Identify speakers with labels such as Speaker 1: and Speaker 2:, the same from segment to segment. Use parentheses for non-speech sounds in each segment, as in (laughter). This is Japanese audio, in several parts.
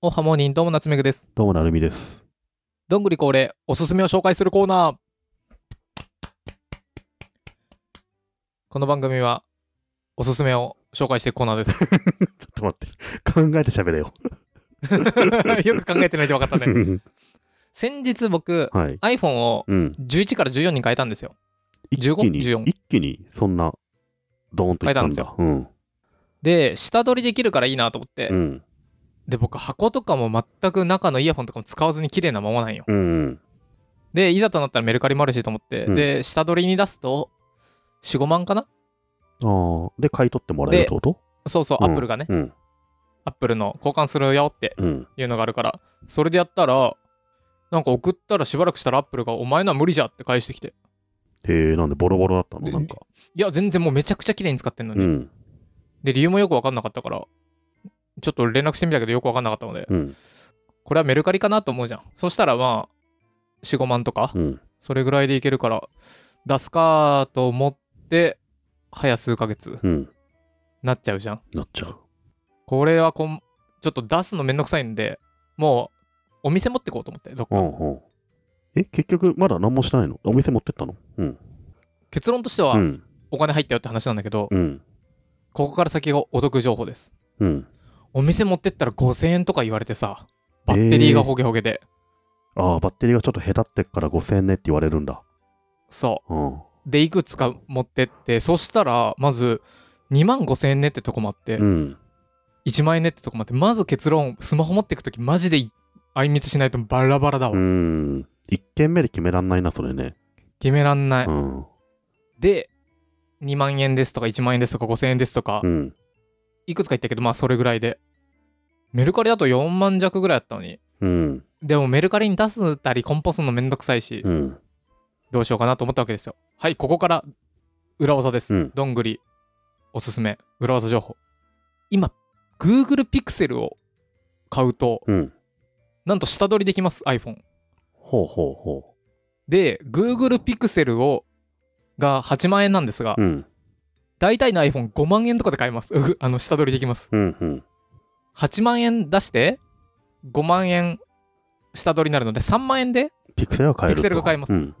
Speaker 1: おはモーニンどうも夏目ぐです。
Speaker 2: どうもなるみです。
Speaker 1: どんぐり恒例、おすすめを紹介するコーナー。この番組は、おすすめを紹介していくコーナーです。
Speaker 2: ちょっと待って。考えて喋れよ。
Speaker 1: (laughs) よく考えてないで分かったね。先日僕、
Speaker 2: (laughs) はい。
Speaker 1: iPhone を
Speaker 2: うん。
Speaker 1: 11から14に変えたんですよ。
Speaker 2: 一気に、
Speaker 1: 15
Speaker 2: 一気にそんな、ドーンといったん
Speaker 1: 書
Speaker 2: だ。
Speaker 1: い
Speaker 2: うん。
Speaker 1: で、下取りできるからいいなと思って、
Speaker 2: うん。
Speaker 1: で、僕、箱とかも全く中のイヤホンとかも使わずに綺麗なままなんよ。
Speaker 2: うん。
Speaker 1: で、いざとなったらメルカリもあるしと思って、
Speaker 2: うん
Speaker 1: で、下取りに出すと、4、5万かな
Speaker 2: ああ。で、買い取ってもらえるってこと
Speaker 1: そうそう、
Speaker 2: うん
Speaker 1: Apple がね、
Speaker 2: うん。
Speaker 1: Apple の交換するよって
Speaker 2: うん。
Speaker 1: いうのがあるからそれでやったらなんか送ったらしばらくしたらアップルが「お前のは無理じゃ」って返してきて
Speaker 2: へえ、なんでボロボロだったの
Speaker 1: で
Speaker 2: なんか。
Speaker 1: いや全然もうめちゃくちゃ綺麗に使ってんの
Speaker 2: う
Speaker 1: に、
Speaker 2: ん。
Speaker 1: で理由もよく分かんなかったからちょっと連絡してみたけどよく分かんなかったので
Speaker 2: うん。
Speaker 1: これはメルカリかなと思うじゃんそしたらまあ45万とか
Speaker 2: うん。
Speaker 1: それぐらいでいけるから出すかと思って早数ヶ月
Speaker 2: うん。
Speaker 1: なっちゃうじゃん
Speaker 2: なっちゃう。
Speaker 1: これはこんちょっと出すのめんどくさいんでもうお店持ってこうと思ってどっか
Speaker 2: うんうん。え、結局、まだ何もしてないのお店持ってったのうん。
Speaker 1: 結論として
Speaker 2: う
Speaker 1: は
Speaker 2: ん。
Speaker 1: お金入ったよって話なんだけど、
Speaker 2: うん。
Speaker 1: ここから先がお得情報です。
Speaker 2: うん。
Speaker 1: お店持ってったら5000円とか言われてさ、バッテリーがほげほげで。
Speaker 2: ああ、バッテリーがちょっと下手ってっから5000円ねって言われるんだ。
Speaker 1: そ
Speaker 2: うん。
Speaker 1: う。で、いくつか持ってって、そしたら、まず、2万5000円ねってとこもあって、
Speaker 2: うん。
Speaker 1: 1万円ねってとこもあって、まず結論、スマホ持ってくとき、マジでいあいみつしないとバラバラだわ。
Speaker 2: うん。一軒目で決めらんないな、それね。
Speaker 1: 決めらんない。
Speaker 2: うん。
Speaker 1: で、2万円ですとか、1万円ですとか、5000円ですとか
Speaker 2: う、ん。
Speaker 1: いくつか言ったけど、まあ、それぐらいで。メルカリだと4万弱ぐらいだったのに。
Speaker 2: うん。
Speaker 1: でもメルカリに出すたり梱包するのめんどくさいし、
Speaker 2: うん。
Speaker 1: どうしようかなと思ったわけですよ。はい、ここから裏技です。
Speaker 2: うん
Speaker 1: どんぐりおすすめ、裏技情報。今、Google Pixel を買うと、
Speaker 2: うん。
Speaker 1: なんと下取りできます、iPhone。
Speaker 2: ほうほうほ
Speaker 1: で、Google Pixel をが8万円なんですが、
Speaker 2: う。うん。
Speaker 1: 大体の iPhone5 万円とかで買えます。 (laughs) うふあの下取りできます。
Speaker 2: うん。うん。
Speaker 1: 8万円出して、5万円下取りになるので、3万円で、
Speaker 2: ピクセルは買えると。
Speaker 1: ピクセルが買えます
Speaker 2: うん。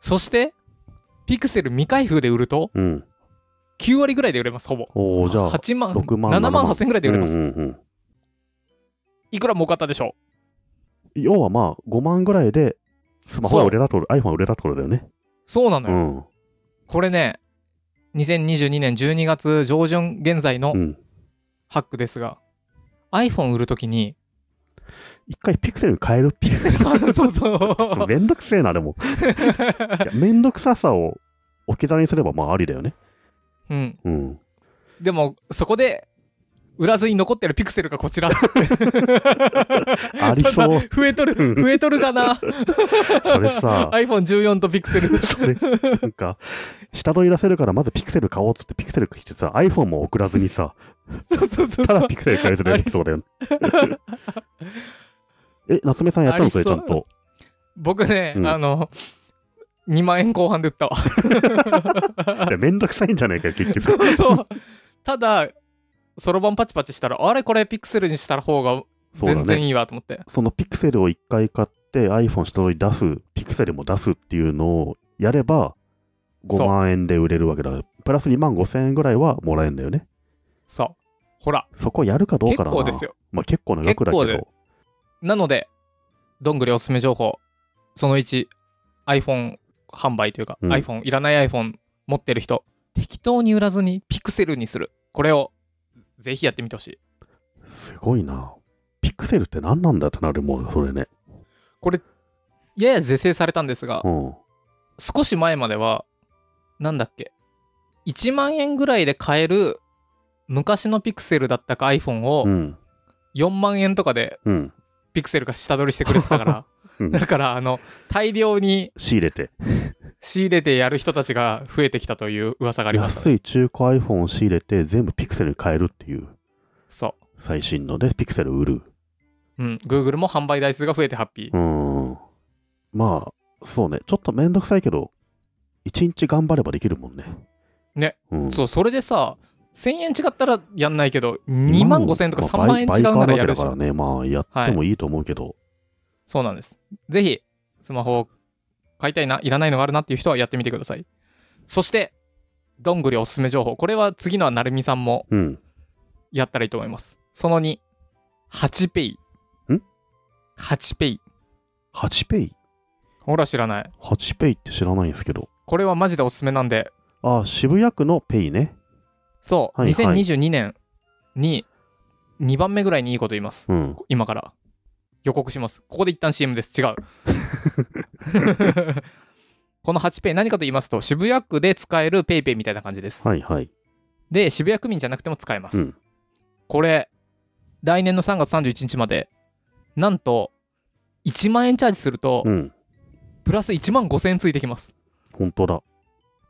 Speaker 1: そして、Pixel 未開封で売ると、
Speaker 2: うん。
Speaker 1: 9割ぐらいで売れます、ほぼ。
Speaker 2: おおじゃあ、
Speaker 1: 8万、
Speaker 2: 6万
Speaker 1: 7万8000円ぐらいで売れます。
Speaker 2: うんうんうん
Speaker 1: いくら儲かったでしょう
Speaker 2: 要はまあ、5万ぐらいで、スマホが売れたってこと、iPhone が売れたってことだよね。
Speaker 1: そうなの
Speaker 2: う
Speaker 1: よ、
Speaker 2: ん。
Speaker 1: これね2022年12月上旬現在の
Speaker 2: うん。
Speaker 1: ハックですが、iPhone 売るとき
Speaker 2: (laughs)
Speaker 1: に
Speaker 2: 一回ピクセルに変えるっていう。
Speaker 1: そうそう
Speaker 2: ちょっとめんどくせえな、 (laughs) でも。いやめんどくささを置き去りにすればまあありだよね。
Speaker 1: (laughs) うん、
Speaker 2: うん。
Speaker 1: でもそこで売らずに残ってるピクセルがこちら。
Speaker 2: (laughs) ありそう
Speaker 1: (laughs)
Speaker 2: (laughs)
Speaker 1: 増えとる増えとるかな
Speaker 2: それ
Speaker 1: (laughs)
Speaker 2: さ、
Speaker 1: iPhone14 とピクセ
Speaker 2: (laughs)
Speaker 1: ル
Speaker 2: それ、なんか、下取り出せるからまずピクセル買おうっつってピクセル来てさ、iPhone も送らずにさ、
Speaker 1: そうそうそう
Speaker 2: た
Speaker 1: そう
Speaker 2: だピクセル返せるエピソードだよね。え、夏目さんやったのそれちゃんと。
Speaker 1: 僕ね、
Speaker 2: うん
Speaker 1: あの2万円後半で売ったわ
Speaker 2: いや、めんどくさいんじゃないかよ、結局。
Speaker 1: そうそう (laughs) ただそろばんパチパチしたらあれこれピクセルにした方が
Speaker 2: そう
Speaker 1: 全
Speaker 2: だ
Speaker 1: 然
Speaker 2: ね。
Speaker 1: いいわと思って
Speaker 2: そのピクセルを一回買って iPhone 下取り出す、ピクセルも出すっていうのをやれば、
Speaker 1: そう
Speaker 2: 5万円で売れるわけだから、プラス2万5千円ぐらいはもらえるんだよね。
Speaker 1: そうほら
Speaker 2: そこやるかどう
Speaker 1: 結
Speaker 2: かだな。
Speaker 1: 構ですよ
Speaker 2: まあ結構な額だけ
Speaker 1: 結構
Speaker 2: ど。
Speaker 1: なのでどんぐりおすすめ情報その 1iPhone 販売というか、
Speaker 2: うん
Speaker 1: iPhone いらない iPhone 持ってる人適当に売らずにピクセルにするこれをぜひやってみてほしい
Speaker 2: すごいな。ピクセルって何なんだってなるもん、それね。
Speaker 1: やや是正されたんですが
Speaker 2: うん。
Speaker 1: 少し前まではなんだっけ1万円ぐらいで買える昔のピクセルだったか iPhone を
Speaker 2: うん。
Speaker 1: 4万円とかで
Speaker 2: うん。
Speaker 1: ピクセルが下取りしてくれてたから、
Speaker 2: (laughs) うん
Speaker 1: だからあの大量に
Speaker 2: 仕入れて。
Speaker 1: 仕入れてやる人たちが増えてきたという噂がありました、
Speaker 2: 安い中古 iPhone を仕入れて、全部ピクセルに変えるっていう
Speaker 1: そ
Speaker 2: 最新ので、ピクセルを売る。
Speaker 1: う、うん、Google も販売台数が増えてハッピー、
Speaker 2: うーん。まあ、そうね。ちょっとめんどくさいけど、一日頑張ればできるもんね。
Speaker 1: ね。
Speaker 2: うん。
Speaker 1: そうそれでさ1000円違ったらやんないけど、2万5千円とか3万円違うならやるでしょ
Speaker 2: 倍倍変わわけだからね、まあ、やってもいいと思うけど、
Speaker 1: そうなんです。ぜひ、スマホを買いたいな、いらないのがあるなっていう人はやってみてください。そして、どんぐりおすすめ情報。これは次のはなるみさんも
Speaker 2: うん。
Speaker 1: やったらいいと思います。その2、8ペイ。
Speaker 2: ん
Speaker 1: ?8 ペイ。
Speaker 2: 8ペイ
Speaker 1: ほら知らない。
Speaker 2: 8ペイって知らないんですけど。
Speaker 1: これはマジでおすすめなんで、
Speaker 2: あ、渋谷区のペイね。
Speaker 1: そう、
Speaker 2: はいはい
Speaker 1: 2022年に2番目ぐらいにいいこと言います。
Speaker 2: うん。
Speaker 1: 今から予告します。ここで一旦 CM です。違
Speaker 2: (laughs)
Speaker 1: う。この8ペイ何かと言いますと渋谷区で使えるペイペイみたいな感じです。
Speaker 2: はいはい。
Speaker 1: で渋谷区民じゃなくても使えます。
Speaker 2: うん
Speaker 1: これ来年の3月31日までなんと1万円チャージすると、
Speaker 2: うん。
Speaker 1: プラス1万5000円ついてきます。
Speaker 2: 本当だ。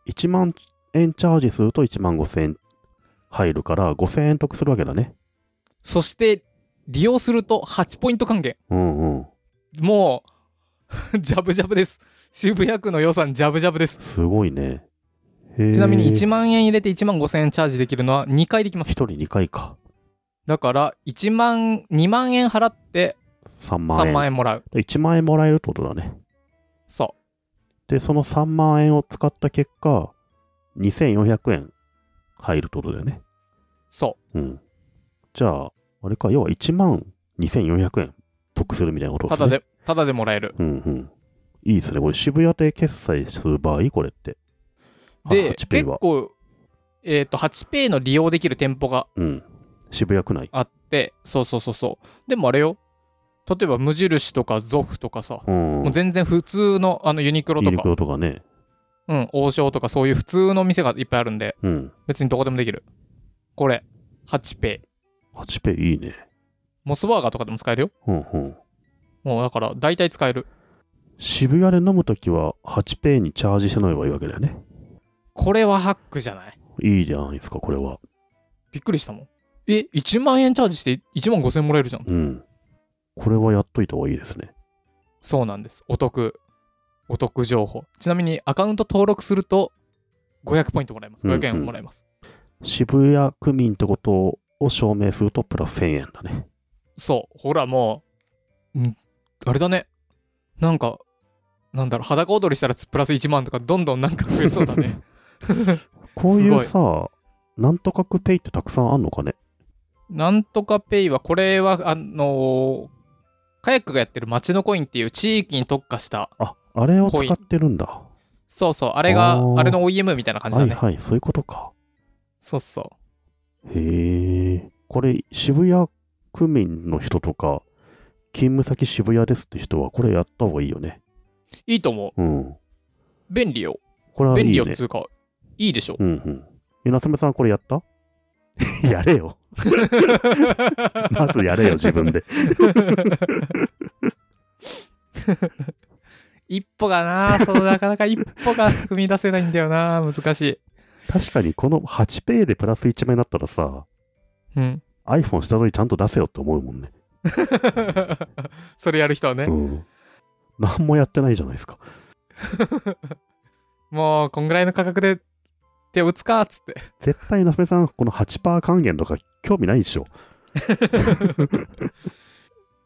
Speaker 2: 1万円チャージすると1万5千円入るから、5千円得するわけだね。
Speaker 1: そして利用すると8ポイント還元。
Speaker 2: うんうん。
Speaker 1: もう (laughs) ジャブジャブです。渋谷区の予算ジャブジャブです。
Speaker 2: すごいね。へー
Speaker 1: ちなみに1万円入れて1万5000円チャージできるのは2回できます
Speaker 2: 1。人2回か。
Speaker 1: だから1万2万円払って
Speaker 2: 3万
Speaker 1: 3
Speaker 2: 円。
Speaker 1: 万円もらう
Speaker 2: 1万円もらえるってことだね。
Speaker 1: そ
Speaker 2: で、その3万円を使った結果、2400円入るってことだよね。
Speaker 1: うそう
Speaker 2: うん。じゃあ、あれか、要は1万2400円得するみたいなこと
Speaker 1: た
Speaker 2: ですね。
Speaker 1: だでただでもらえる
Speaker 2: うんうん。いいですね。これ渋谷で決済する場合、これって。あ
Speaker 1: で
Speaker 2: 8P
Speaker 1: 結
Speaker 2: は
Speaker 1: 構えっ、と 8Pay の利用できる店舗が
Speaker 2: うん。渋谷区内。
Speaker 1: あってそうそうそうそうでもあれよ例えば無印とかゾフとかさ、
Speaker 2: うん
Speaker 1: もう。全然普通のあのユニクロ
Speaker 2: ユ
Speaker 1: と
Speaker 2: ニク
Speaker 1: か、
Speaker 2: ロとかね。
Speaker 1: うん、王将とかそういう普通の店がいっぱいあるんで
Speaker 2: うん。
Speaker 1: 別にどこでもできるこれ 8Pay
Speaker 2: 8ペイいいね。
Speaker 1: モスバーガーとかでも使えるよ
Speaker 2: うんうん。
Speaker 1: もうだから大体使える
Speaker 2: 渋谷で飲むときは8ペイにチャージして飲めばいいわけだよね。
Speaker 1: これはハックじゃない
Speaker 2: いいじゃないですか、これは。
Speaker 1: びっくりしたもん。え、1万円チャージして1万5千円もらえるじゃん。
Speaker 2: うん。これはやっといた方がいいですね。
Speaker 1: そうなんです。お得。お得情報。ちなみにアカウント登録すると500ポイントもらえます。
Speaker 2: うんうん
Speaker 1: 500円もらえます。
Speaker 2: 渋谷区民ってことを証明するとプラス1000円だね。
Speaker 1: そう。ほらもう、んあれだね。なんか、なんだろう、裸踊りしたらプラス1万とか、どんどんなんか増えそうだ
Speaker 2: (laughs)
Speaker 1: ね。
Speaker 2: こういう
Speaker 1: す
Speaker 2: さ、なんとかくペイってたくさんあんのかね。
Speaker 1: なんとかペイは、これは、あのーカヤックがやってる街のコインっていう地域に特化した、
Speaker 2: あ、あれを使
Speaker 1: コイン
Speaker 2: ってるんだ。
Speaker 1: そうそう、あれが
Speaker 2: あー、
Speaker 1: あれの OEM みたいな感じ
Speaker 2: は
Speaker 1: だ
Speaker 2: い
Speaker 1: ね。
Speaker 2: はい、そういうことか。
Speaker 1: そうそう。
Speaker 2: へえ。これ、渋谷区民の人とか、勤務先渋谷ですって人は、これやった方がいいよね。
Speaker 1: いいと思う。
Speaker 2: うん。
Speaker 1: 便利よ。
Speaker 2: これはいい
Speaker 1: 便利
Speaker 2: ね。
Speaker 1: よっつうか、いいでしょ。
Speaker 2: (laughs) うんうん。ゆなつめさん、これやった
Speaker 1: (laughs)
Speaker 2: やれよ。まずやれよ、自分で。
Speaker 1: 一歩がな、そうなかなか一歩が踏み出せないんだよな、難しい。
Speaker 2: 確かに、この 8Pay でプラス1枚になったらさ、 (laughs)
Speaker 1: うん。
Speaker 2: iPhone 下取りちゃんと出せよって思うもんね。
Speaker 1: それやる人はね
Speaker 2: う、ん。何もやってないじゃないですか。
Speaker 1: もうこんぐらいの価格で手を打つかっつって。 (laughs)
Speaker 2: 絶対、なすめさん、この8%還元とか興味ないでしょ。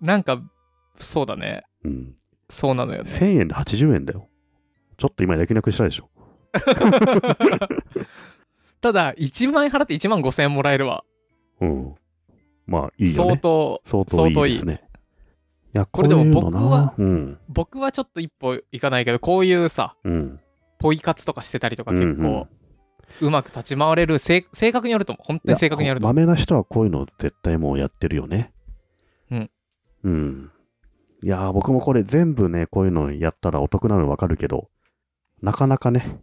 Speaker 1: なんか、そうだね。
Speaker 2: うん。
Speaker 1: そうなのよね。
Speaker 2: 1000円で80円だよ。ちょっと今、略略したでしょ。
Speaker 1: ただ、1万円払って1万5千円もらえるわ。
Speaker 2: うん。まあ、いいよ
Speaker 1: 相
Speaker 2: ね。
Speaker 1: 当、
Speaker 2: 相当いいですね。いや、
Speaker 1: これでも
Speaker 2: ういうのな
Speaker 1: 僕は、
Speaker 2: うん。
Speaker 1: 僕はちょっと一歩いかないけど、こういうさ、
Speaker 2: うん。
Speaker 1: ポイ活とかしてたりとか結
Speaker 2: うんうん
Speaker 1: 構、うまく立ち回れる、せ性格によると思う。本当に正確にやると思う
Speaker 2: まめな人はこういうの絶対もうやってるよね。
Speaker 1: うん。
Speaker 2: うん。いやー、僕もこれ全部ね、こういうのやったらお得なのわかるけど、なかなかね、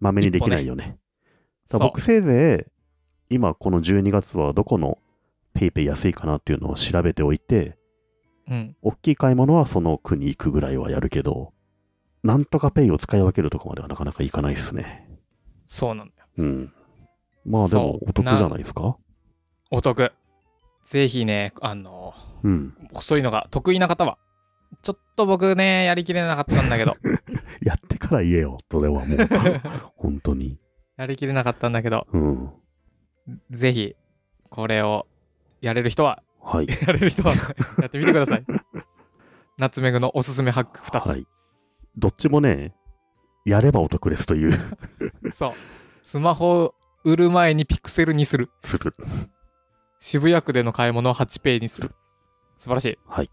Speaker 2: まめにできないよね。だから僕せいぜい、今この12月はどこのペイペイ安いかなっていうのを調べておいて、
Speaker 1: そう、うん、
Speaker 2: 大きい買い物はその区に行くぐらいはやるけど、なんとかペイを使い分けるとこまではなかなかいかないですね。
Speaker 1: そうなんだよ
Speaker 2: うん。まあで
Speaker 1: そ
Speaker 2: も
Speaker 1: う
Speaker 2: お得じゃないですか
Speaker 1: お得ぜひねあの
Speaker 2: うん。
Speaker 1: そういうのが得意な方はちょっと僕ねやりきれなかったんだけ
Speaker 2: (laughs)
Speaker 1: ど
Speaker 2: やってから言えよ、それはもう。本当に。
Speaker 1: やりきれなかったんだけど
Speaker 2: うん。
Speaker 1: ぜひ、これをやれる人は、
Speaker 2: はい。
Speaker 1: やれる人は
Speaker 2: (laughs)
Speaker 1: やってみてください。ナツメグのおすすめハック2つ。
Speaker 2: はい。どっちもね、やればお得ですという、
Speaker 1: そう。スマホを売る前にピクセルにする。
Speaker 2: する。
Speaker 1: 渋谷区での買い物を8ペイにする。素晴らしい。
Speaker 2: はい。